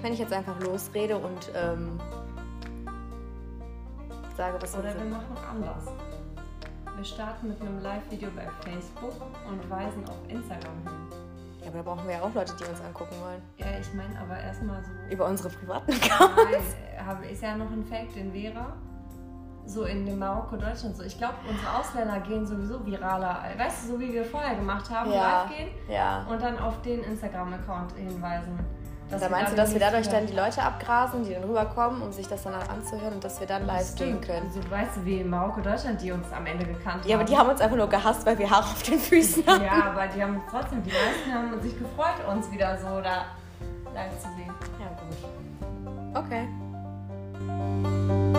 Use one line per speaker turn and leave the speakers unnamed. Wenn ich jetzt einfach losrede und ähm, sage, was
Oder wir
wir
machen anders. Wir starten mit einem Live-Video bei Facebook und weisen auf Instagram hin.
Ja, aber da brauchen wir ja auch Leute, die uns angucken wollen.
Ja, ich meine aber erstmal so.
Über unsere privaten
Weil, äh, habe ist ja noch ein Fact in Vera. So in dem Marokko, Deutschland. So, ich glaube, unsere Ausländer gehen sowieso viraler. Weißt du, so wie wir vorher gemacht haben,
Ja.
live gehen
Ja.
und dann auf den Instagram-Account hinweisen. Dass
da
wir
meinst du, dass wir
nicht
dadurch dann die
hören.
Leute abgrasen, die dann rüberkommen, um sich das dann anzuhören und dass wir dann live gehen
Stimmt.
können?
So weißt du, wie in Marokko, Deutschland, die uns am Ende gekannt
Ja, aber die haben uns einfach nur gehasst, weil wir Haare auf den Füßen haben.
Ja, aber die haben trotzdem, die meisten haben sich gefreut, uns wieder so da live zu sehen.
Ja, gut. Okay.